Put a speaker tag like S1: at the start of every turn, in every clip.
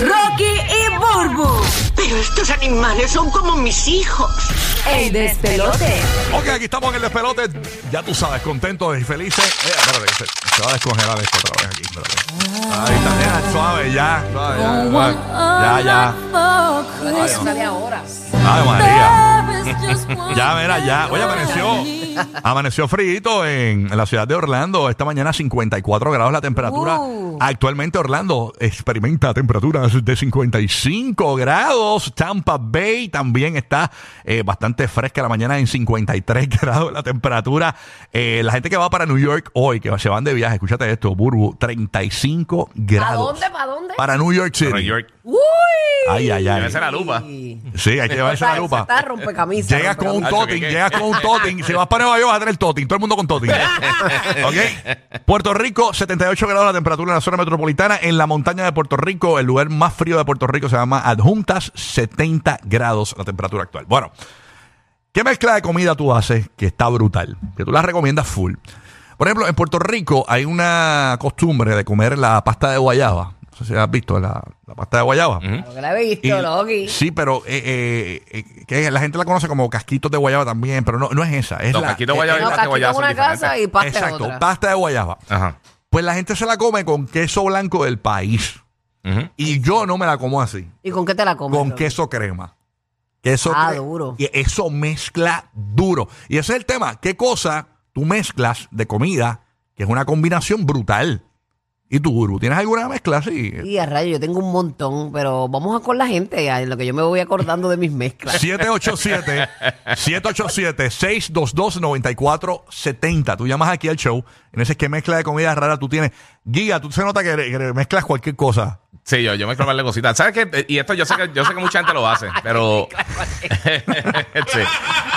S1: Rocky y Burbu.
S2: Pero estos animales son como mis hijos.
S1: El despelote.
S3: Ok, aquí estamos en el despelote. Ya tú sabes, contentos y felices. Eh, espérate, que se, se va a descongelar esto otra vez aquí. espérate. Ahí está, nena, suave, ya. Suave, ya, suave. ya, ya.
S1: Sale ahora.
S3: Ay, María. Ya, mira, ya. Oye, amaneció. Amaneció frito en, en la ciudad de Orlando. Esta mañana 54 grados la temperatura. Actualmente Orlando experimenta temperaturas de 55 grados. Tampa Bay también está eh, bastante fresca la mañana en 53 grados la temperatura. Eh, la gente que va para New York hoy, que se van de viaje, escúchate esto, Burbu, 35
S1: ¿A
S3: grados.
S1: dónde? ¿Para dónde?
S3: Para New York City.
S4: Nueva York.
S1: ¡Uy!
S3: Ay, ay, ay.
S4: Llévese la lupa.
S3: Sí, hay que llevarse la lupa.
S1: Está rompecamisa.
S3: Llegas con un
S1: rompecamisa.
S4: Nacho,
S3: toting,
S4: ¿qué, qué?
S3: llegas con un toting. Si vas para Nueva York, vas a tener el toting. Todo el mundo con toting. ¿Ok? Puerto Rico, 78 grados la temperatura en la zona metropolitana. En la montaña de Puerto Rico, el lugar más frío de Puerto Rico se llama Adjuntas, 70 grados la temperatura actual. Bueno, ¿qué mezcla de comida tú haces que está brutal? Que tú la recomiendas full. Por ejemplo, en Puerto Rico hay una costumbre de comer la pasta de guayaba. No sé si has visto la, la pasta de guayaba.
S1: Claro que la he
S3: Y-
S1: visto, Loki.
S3: Sí, pero eh, eh, eh, que la gente la conoce como casquitos de guayaba también, pero no, no es esa. Es
S4: Los
S3: la, eh,
S4: casquitos guayaba y
S1: No,
S4: las de
S1: cachito en
S4: guayaba son
S1: una casa
S4: diferentes.
S1: y pasta en
S3: Exacto,
S1: otra.
S3: pasta de guayaba.
S4: Ajá.
S3: Pues la gente se la come con queso blanco del país.
S4: Ujú.
S3: Y yo no me la como así,
S1: ¿Y con qué te la comes?
S3: con
S1: Loki?
S3: queso crema. Queso
S1: Ah,
S3: cre-
S1: duro.
S3: Y eso mezcla duro. Y ese es el tema. ¿Qué cosa tú mezclas de comida que es una combinación brutal? ¿Y tú, Guru, tienes alguna mezcla así?
S1: Y a rayo, yo tengo un montón, pero vamos a con la gente, a lo que yo me voy acordando de mis mezclas.
S3: 787-782-9470. Tú llamas aquí al show. En ese que mezcla de comida rara tú tienes. Giga, tú se nota que, que mezclas cualquier cosa.
S4: Sí, yo, yo me clavarle cositas. ¿Sabes qué? Y esto yo sé que, yo sé que mucha gente lo hace, pero. sí.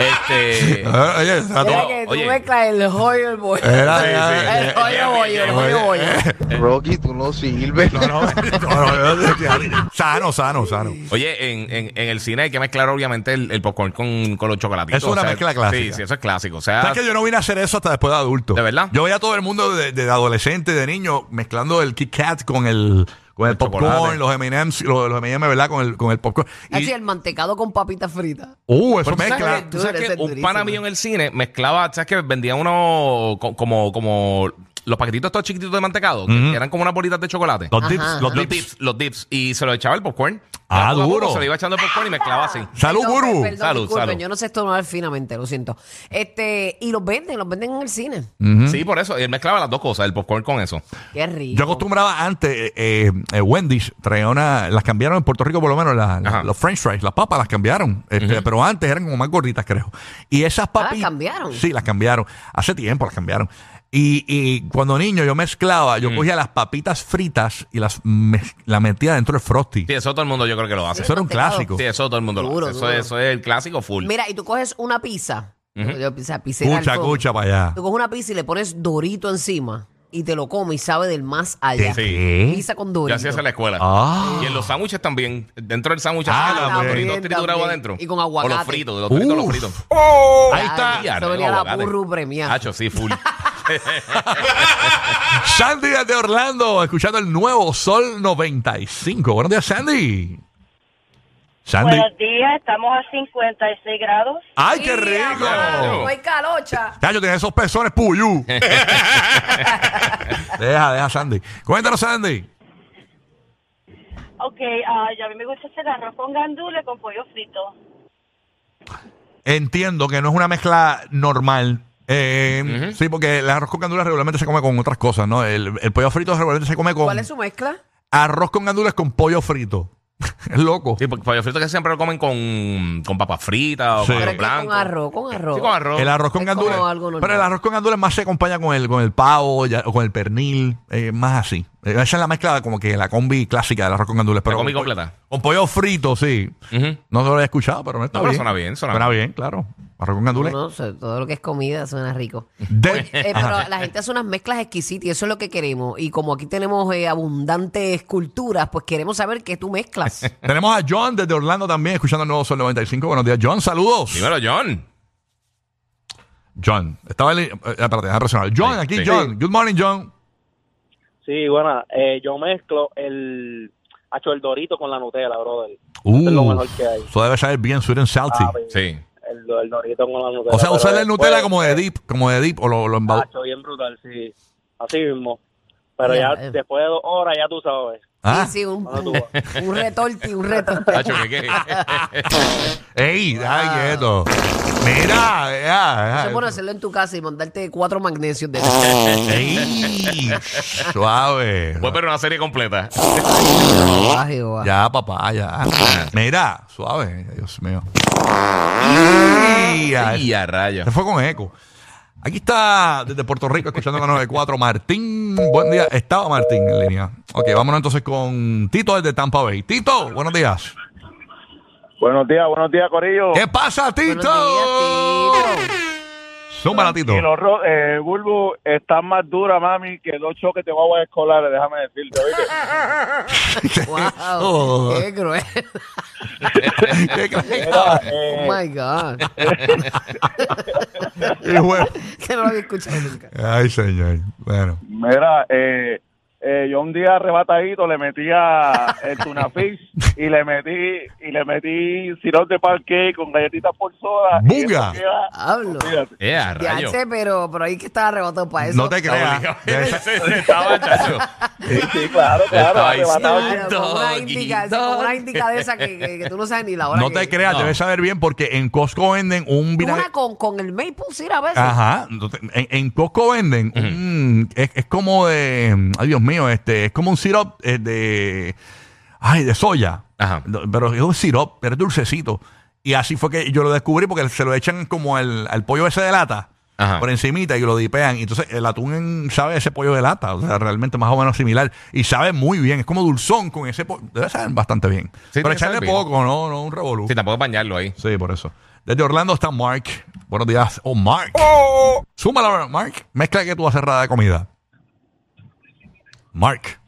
S4: Este.
S3: Eh, oye, o sea, tú-
S1: Era que tú
S4: Oye.
S1: mezclas el hoyo, el bollo.
S3: Era-
S1: El
S3: era-
S4: sí.
S1: hoyo, bollo, el
S3: Oye,
S1: hoyo, bollo.
S3: eh,
S5: Rocky, tú no sirves.
S3: no, no, no, no, no, sano, sano, sano.
S4: Oye, en, en, en el cine hay que mezclar obviamente el, el popcorn con, con los chocolatitos.
S3: Es una mezcla clásica.
S4: Sí, sí, eso es clásico. O sea,
S3: ¿Sabes que yo no vine a hacer eso hasta después de adulto?
S4: ¿De verdad?
S3: Yo veía a todo el mundo de, de adolescente, de niño, mezclando el Kit Kat con el, con el,
S4: El
S3: popcorn,
S4: chocolate.
S3: los M&M's, los, los M&M's, ¿verdad? Con el, con el popcorn.
S1: Así,
S3: Y,
S1: el mantecado con papitas fritas.
S3: uh, eso
S4: Pero pues, tú sabes
S3: mezcla.
S4: que- Tú sabes
S1: Duro,
S4: que
S1: ese es
S4: un pana
S1: durísimo.
S4: mío en el cine mezclaba, ¿sabes que Vendía uno co- como, como los paquetitos todos chiquititos de mantecado, que
S3: Ujú.
S4: eran como unas bolitas de chocolate.
S3: Los
S1: Ajá,
S3: dips, los
S4: Los
S3: dips.
S4: dips, los dips. Y se lo echaba el popcorn.
S3: Ah,
S4: Y poco a poco
S3: duro.
S4: Se lo iba echando el popcorn y mezclaba así.
S3: Salud,
S1: Perdón,
S3: Burbu.
S1: perdón,
S4: Salud,
S1: disculpen,
S4: salud.
S1: Yo no sé estonar finamente, lo siento. Este, y los venden, los venden en el cine.
S4: Sí, por eso. Él mezclaba las dos cosas, el popcorn con eso.
S1: Qué rico.
S3: Yo acostumbraba antes, eh, eh, eh, Wendy's traía una, las cambiaron en Puerto Rico por lo menos, la-
S4: Ajá.
S3: los French fries, las papas las cambiaron, este, pero antes eran como más gorditas creo. Y esas papas...
S1: cambiaron.
S3: Sí, las cambiaron, hace tiempo las cambiaron. Y, y cuando niño yo mezclaba,
S4: Mm.
S3: yo cogía las papitas fritas y las mez- la metía dentro del Frosty.
S4: Sí, eso todo el mundo yo creo que lo hace.
S3: Eso era un
S1: mantecado.
S3: clásico.
S4: Sí, eso todo el mundo
S1: Duro,
S4: lo hace. Eso,
S1: duro.
S4: eso es el clásico full.
S1: Mira, y tú coges una pizza. Yo, pizza, pizza
S3: Cucha, cucha para allá.
S1: Tú coges una pizza y le pones dorito encima y te lo comes y sabe del más allá.
S4: Sí.
S3: ¿Qué?
S1: Pizza con
S4: Yo
S1: dorito.
S4: hacía eso en la escuela.
S3: Ah.
S4: Y en los sándwiches también. Dentro del sándwich,
S3: Ah,
S4: hacían los
S3: también,
S4: burritos triturados
S1: también.
S4: adentro.
S1: Y con
S4: O
S1: aguacate.
S4: los fritos, los fritos, los
S3: Uf. Oh.
S4: fritos.
S3: Ahí
S1: Ah,
S3: está.
S1: Eso
S4: no,
S1: venía la
S4: aguacate.
S1: burru premiada.
S4: Hacho, sí, full.
S3: Sandy desde Orlando, escuchando el nuevo Sol 95. Buenos días, Sandy. Sandy.
S6: Buenos días, estamos a 56 grados.
S3: ¡Ay, qué
S1: Sí, amado,
S3: rico!
S1: No hay calocha.
S3: Ya, yo tenía esos pezones, puyú. deja, deja, Sandy. Cuéntanos, Sandy.
S6: Ok, ah, ya a mí me gusta hacer arroz con gandules con pollo frito.
S3: Entiendo que no es una mezcla normal. Eh,
S4: Ujú.
S3: Sí, porque el arroz con gandules regularmente se come con otras cosas, ¿no? El, el pollo frito regularmente se come con
S1: ¿Cuál es su mezcla?
S3: arroz con gandules con pollo frito. Es loco.
S4: Sí, pues, porque pollo frito que siempre lo comen con, con papas fritas o
S3: Sí.
S4: con
S3: Pero
S4: arroz
S3: es
S1: que con
S4: blanco.
S1: arroz, con arroz.
S4: Sí, con arroz.
S3: El arroz con
S1: Es como
S3: gandules.
S1: algo normal.
S3: Pero el arroz con gandules más se acompaña con el, con el pavo ya- o con el pernil, eh, más así. Eh, esa es la mezcla como que la combi clásica del arroz con gandules. Pero
S4: combi
S3: con pollo-
S4: completa.
S3: Con pollo frito, sí.
S4: Ujú.
S3: No se lo había escuchado, pero no está
S4: No, pero
S3: bien.
S4: suena bien, suena
S3: Suena bien, claro. Arroz con gandules.
S1: No, no, so- todo lo que es comida suena rico.
S3: De-
S1: Oye, eh,
S3: Ajá.
S1: pero la gente hace unas mezclas exquisitas y eso es lo que queremos. Y como aquí tenemos eh, abundantes culturas, pues queremos saber qué tú mezclas.
S3: Tenemos a John desde Orlando también, escuchando el nuevo Sol 95. Buenos días, John. Saludos.
S4: Dímelo, John.
S3: John. Estaba en li- eh, Espérate, déjame presionar. John,
S4: Sí,
S3: aquí,
S4: sí.
S3: John. Good morning, John.
S7: Sí, bueno, eh, yo mezclo el hacho el dorito con la Nutella, brother. es lo mejor que hay.
S3: Uh, eso debe saber bien sweet and salty.
S7: Ah, bien.
S4: Sí.
S7: El, do- el dorito con la Nutella.
S3: o sea,
S7: pero
S3: usar el
S7: después,
S3: Nutella como de dip, como de dip, o lo, lo embau-
S7: hacho, bien brutal, sí. Así mismo. Pero
S1: Ya,
S7: ya,
S1: eh.
S7: después de dos horas ya tú sabes.
S3: Ah.
S1: Sí, sí, un,
S7: Ahora tú
S1: un, un retorti, un retorti.
S4: Tacho, ¿qué, qué?
S3: Ah, ¡Ey!
S7: Ah.
S3: ¡Ay, quieto! Mira, ya,
S1: Eso
S3: ya.
S1: es bueno hacerlo en tu casa y mandarte cuatro magnesios de
S3: ¡Ey! Suave.
S4: Voy a ver una serie completa.
S1: Ah, Jehová.
S3: Ya, papá, ya. Mira, suave. Dios mío. Ya,
S4: Y a rayos.
S3: Se fue con eco. Aquí está desde Puerto Rico escuchando la 94 Martín. Buen día. Estaba Martín en línea. Ok, vámonos entonces con Tito desde Tampa Bay. Tito, buenos días.
S7: Buenos días, buenos días, Corillo.
S3: ¿Qué pasa,
S1: Buenos
S3: Tito?
S1: días, Tito.
S3: Súmala, Tito.
S7: los eh, Bulbo están más dura, mami, que dos choques de guaguas escolares, déjame decirte,
S1: Wow, qué cruel.
S3: ¿Qué crees?
S7: Eh,
S1: Oh my God.
S3: Hijo de-
S1: Que no lo había escuchado nunca.
S3: Ay, señor. Bueno.
S7: Mira, eh, eh, yo un día arrebatadito le metí a el tuna fish y le metí y le metí sirope de parque con galletitas por soda. y
S3: Bunga.
S7: eso queda-
S1: Hablo.
S7: Fíjate.
S4: Eh, a
S1: Ya
S4: rayos.
S1: sé, pero, pero hay que estar arrebatado para eso.
S3: No te creas. Debe ser-
S4: Estaba, chacho.
S7: Sí, sí, claro, claro,
S4: Estaba ahí,
S7: arrebatado.
S4: sí.
S1: Claro, como una
S4: Doggy,
S1: indica, sí, como una
S4: doggy.
S1: indica de esa que, que- que tú no sabes ni la hora.
S3: No
S1: que-
S3: te creas,
S4: No.
S3: debes saber bien porque en Costco venden un vinagre.
S1: Una con, con el maple syrup a veces.
S3: Ajá. No te- En, en Costco venden un- es, es como de. Ay, Dios mío, este. Es como un sirop eh, de. Ay, de soya.
S4: Ajá.
S3: No, Pero es un sirop, pero es dulcecito. Y así fue que yo lo descubrí porque se lo echan como al, al pollo ese de lata.
S4: Ajá.
S3: Por encimita y lo dipean. Y entonces el atún en- sabe a ese pollo de lata. O sea, realmente más o menos similar. Y sabe muy bien. Es como dulzón con ese pollo. Debe saber bastante bien. pero
S4: tiene que saber
S3: echarle
S4: bien.
S3: poco, no, no, un revolú.
S4: Sí, tampoco bañarlo ahí.
S3: Sí, por eso. Desde Orlando está Mark. Buenos días. Oh, Mark. Súmala, Mark. Mezcla que tú haces cerrada de comida. Mark.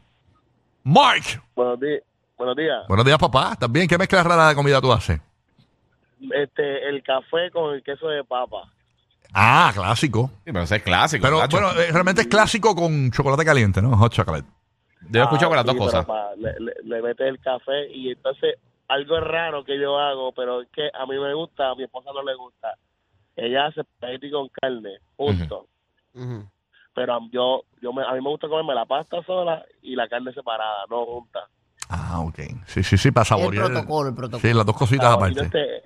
S3: Mark.
S7: Buenos días. Buenos días.
S3: Buenos días, papá. ¿Estás bien? ¿Qué mezcla rara de comida tú haces?
S7: Este, el café con el queso de papa.
S3: Ah, clásico.
S4: Sí, pero ese es clásico.
S3: Pero
S4: chacho.
S3: bueno, eh, realmente es clásico con chocolate caliente, ¿no? Hot chocolate.
S4: yo he escuchado con las
S7: Ah,
S4: dos
S7: sí,
S4: cosas.
S7: pero pa- le, le- le metes el café y entonces algo raro que yo hago, pero es que a mí me gusta, a mi esposa no le gusta. Ella hace espagueti con carne, justo.
S1: Ujú.
S7: Pero a, yo, yo me- a mí me gusta comerme la pasta sola y la carne separada, no junta.
S3: Ah, ok. Sí, sí, sí, para
S1: El
S3: saborear.
S1: protocolo, el protocolo.
S3: Sí, las dos cositas
S7: Ah,
S3: aparte.
S7: entonces,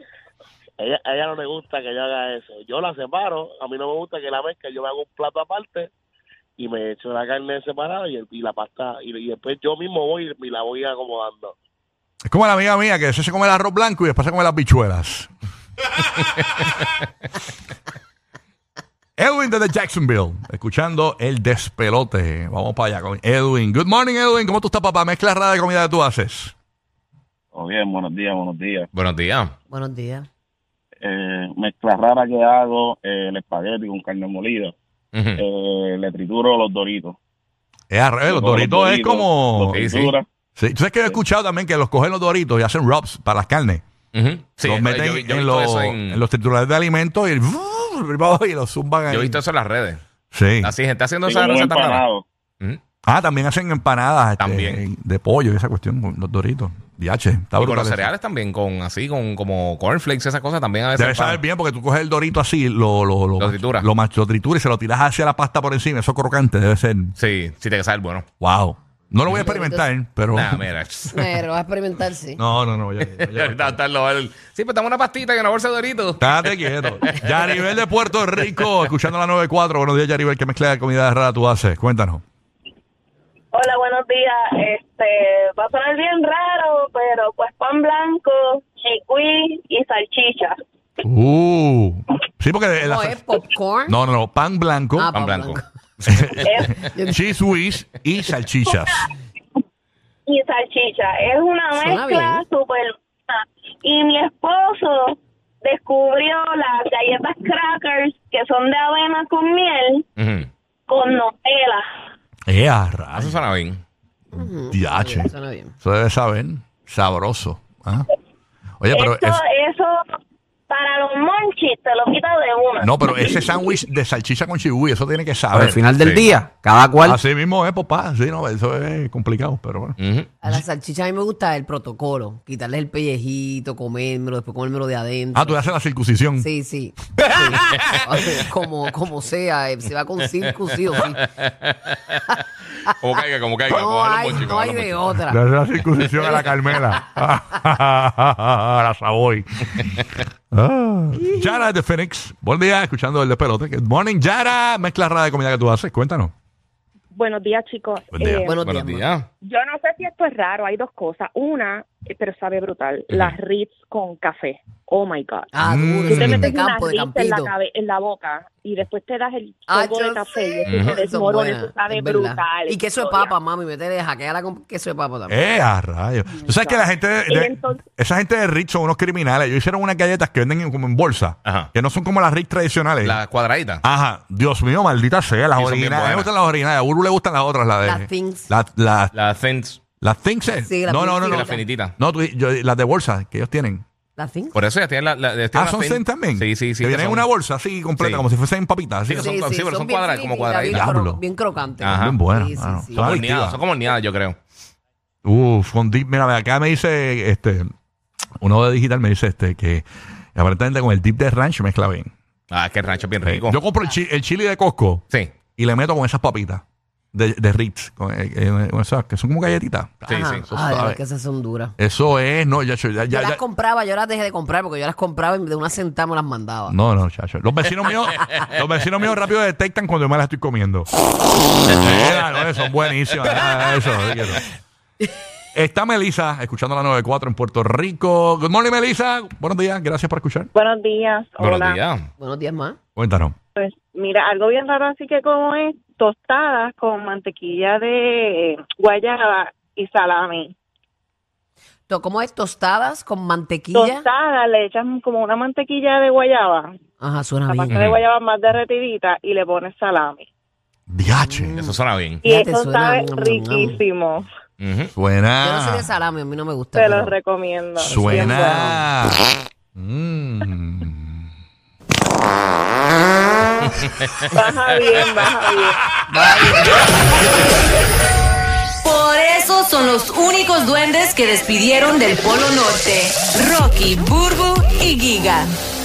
S7: ella, a ella no le gusta que yo haga eso. Yo la separo, a mí no me gusta que la mezcla, yo me hago un plato aparte y me echo la carne separada y, el- y la pasta. Y, y después yo mismo voy y la voy acomodando.
S3: Es como la amiga mía que se come el arroz blanco y después se come las bichuelas. Edwin desde Jacksonville, escuchando el despelote. Vamos para allá con Edwin. Good morning, Edwin. ¿Cómo tú estás, papá? Mezcla rara de comida que tú haces.
S7: Oh, bien, buenos días, buenos días. Eh,
S4: Buenos días.
S1: Buenos días.
S7: mezcla rara que hago, eh, el espagueti con carne molida,
S4: Ujú.
S7: Eh, le trituro los doritos.
S3: Es al revés, Eh, los doritos es como.
S4: los trituras.
S3: Sí, tú sabes que yo he escuchado también que los cogen los doritos y hacen rubs para las carnes.
S4: Ujú. Sí, eh,
S3: los
S4: yo-
S3: meten
S4: yo- yo he
S3: en,
S4: visto
S3: los,
S4: eso
S3: en los titulares de alimentos y, y los zumban ahí.
S4: Yo he visto eso en las redes.
S3: Sí.
S4: Así, gente haciendo esa receta rara. Ujú.
S3: Ah, también hacen empanadas este,
S4: También.
S3: de pollo y esa cuestión, con los doritos. DH, está
S4: Y con
S3: brutal
S4: los
S3: eso.
S4: cereales también, con así, con como cornflakes, esas cosas también a veces.
S3: Debes
S4: pan.
S3: saber bien porque tú coges el dorito así, lo, lo, lo,
S4: Lo trituras.
S3: Lo, mach- lo trituras y se lo tiras hacia la pasta por encima. Eso crocante debe ser.
S4: Sí, sí, tiene que saber bueno.
S3: Wow. No lo voy a experimentar, pero.
S4: Nah, Ah, mira.
S1: Pero vas a experimentar, sí.
S3: No, no, no. Ya, ya- ya-
S4: Está- está lo- el- Sí, pues dame una pastita y una bolsa de doritos.
S3: Estate quieto. Yaribel de Puerto Rico, escuchando la 94. Buenos días, Yaribel. ¿Qué mezcla de comida rara tú haces? Cuéntanos.
S6: Hola, buenos días. Este, va a sonar bien raro, pero pues pan blanco, chicuí y salchicha.
S3: Uh. Sí, porque. el
S1: ¿Cómo
S3: asa-
S1: es? ¿Popcorn?
S3: no, no, no. Pan blanco,
S1: Ah,
S4: Pan blanco.
S3: cheese whiz y salchichas.
S6: y salchicha. Es una
S1: Suena
S6: mezcla
S1: bien.
S6: súper buena. Y mi esposo descubrió las galletas crackers que son de avena con miel
S4: Ujú.
S6: con Nutella.
S3: ¡Eh,
S4: Eso
S3: arras!
S4: suena bien.
S3: Diache.
S1: Suena bien.
S3: Eso debe saber. Sabroso. ¿ah? Oye, pero.
S6: Esto-
S3: es-
S6: eso para los monchis te lo quita de una.
S3: no, pero ese sándwich de salchicha con chibú, eso tiene que
S8: Pero al
S3: saber.
S8: final del
S4: sí.
S8: día, cada cual.
S3: Así mismo es, papá. Sí, no, eso es complicado, pero bueno.
S4: Ujú.
S1: A la salchicha a mí me gusta el protocolo. Quitarle el pellejito, comérmelo, después comérmelo de adentro.
S3: Ah, tú le haces la circuncisión.
S1: Sí, sí. Sí. como, como sea, eh, se va con circo, sí o sí.
S4: Como caiga, como
S3: Pues
S4: caiga.
S1: No
S4: cójalo,
S1: hay,
S4: Monchi,
S1: no hay
S4: cójalo,
S1: de
S4: Monchi.
S3: Le
S1: otra.
S3: haces la circuncisión a la Carmela. a la Savoy. Ah. Yara de Phoenix. Buen día, escuchando el de pelote. Good morning, Yara. Mezcla rara de comida que tú haces. Cuéntanos.
S6: Buenos días, chicos. Eh,
S3: Buen día.
S1: Buenos,
S4: Buenos
S1: días.
S4: días.
S6: Yo no sé si esto es raro, hay dos cosas. Una, eh, pero sabe brutal, las Ritz con café. Oh my God.
S1: ma. Ah,
S3: Mm.
S1: duro,
S3: Tú
S1: eso
S3: te
S1: es
S3: metes
S1: de
S6: una
S1: campo, de
S6: Ritz en la,
S1: campito.
S6: cabe- en la boca y después te das el
S1: Ah,
S6: jugo
S1: yo
S6: de café y
S1: sé.
S6: eso te
S1: Son
S6: desmorona,
S1: buenas,
S6: eso sabe
S1: es verdad.
S6: brutal.
S1: Y queso de
S6: Gloria.
S1: papa, mami, metele jaqueala con queso de papa también.
S3: Eh, a rayos. Tú sabes que la gente de, de-
S6: Entonces-
S3: esa gente de Rich son unos criminales. Ellos hicieron unas galletas que venden en- como en bolsa,
S4: Ajá.
S3: que no son como las Rich tradicionales.
S4: La cuadradita.
S3: Ajá, Dios mío, maldita sea, las
S4: Sí, son bien
S3: originales. A mí me
S4: buenas.
S3: gustan las originales, a Uru le gustan las otras, las de.
S1: Las Things.
S3: Las las-
S4: La Thins.
S3: las Things. eh.
S1: Sí, las
S3: no, no, no,
S1: Things,
S3: no.
S4: La finitita.
S3: No, tú- yo- las de bolsa que ellos tienen.
S1: ¿La fin?
S4: Por eso ya tienen la. la- ellas tienen
S3: Ah,
S4: la
S3: son
S4: Thins.
S3: Zen también.
S4: Sí, sí, sí.
S3: Que
S4: que
S3: vienen en
S4: son-
S3: una bolsa así completa,
S4: Sí.
S3: como si fuesen papitas. Así
S4: Sí,
S3: que
S4: son-
S3: son-
S4: sí, pero son
S1: bien
S4: cuadradas, como
S1: finitas, bien
S3: cuadraditas.
S1: cro-
S3: Diablo.
S1: Bien crocantes.
S4: Ajá.
S3: bien buenas,
S1: Sí, sí,
S3: mano.
S1: sí.
S3: Son
S4: Son
S3: adictivas.
S4: horneadas, son como horneadas, yo creo.
S3: Uf, con dip, mira, acá me dice este uno de digital me dice este que aparentemente con el dip de ranch mezcla bien.
S4: Ah, es que el rancho es bien rico.
S3: Yo compro el, chi- el chili de Costco
S4: Sí,
S3: y le meto con esas papitas de, de Ritz, con, eh, eh, con esas que son como galletitas.
S4: sí,
S1: Ajá.
S4: sí.
S3: eso
S1: Ay,
S3: sabe.
S1: las que esas son duras.
S3: Eso es, no, ya, ya, ya,
S1: Yo
S3: ya-
S1: las compraba, yo las dejé de comprar porque yo las compraba y de una sentada me las mandaba.
S3: No, no, chacho. Los vecinos míos, los vecinos míos rápido detectan cuando yo me las estoy comiendo. Mira, no, son buenísimas. nada de eso, no quiero. Está Melisa escuchando la 94 en Puerto Rico. Good morning, Melisa. Buenos días, gracias por escuchar.
S6: Buenos días.
S4: Buenos
S6: hola.
S4: días.
S1: Buenos días más.
S3: Cuéntanos.
S6: Pues mira, algo bien raro así que como es tostadas con mantequilla de eh, guayaba y salami.
S1: To- ¿Cómo es? Tostadas con mantequilla.
S6: Tostadas le echan como una mantequilla de guayaba,
S1: Ajá,
S6: la
S1: suena
S6: pasta
S1: Ah, bien.
S6: de guayaba más derretidita y le pones salami.
S3: Diache.
S4: Eso suena bien.
S6: Y
S1: Ya te
S6: eso
S1: suena,
S6: sabe
S1: mm, mm, mm.
S6: riquísimo.
S4: Ujú.
S1: Yo no soy de
S3: Suena.
S1: salami, a mí no me gusta.
S6: Te
S1: pero-
S6: los recomiendo. Bien bueno.
S3: Suena. Mm.
S6: Baja bien, baja bien.
S9: Por eso son los únicos duendes que despidieron del Polo Norte. Rocky, Burbu y Giga.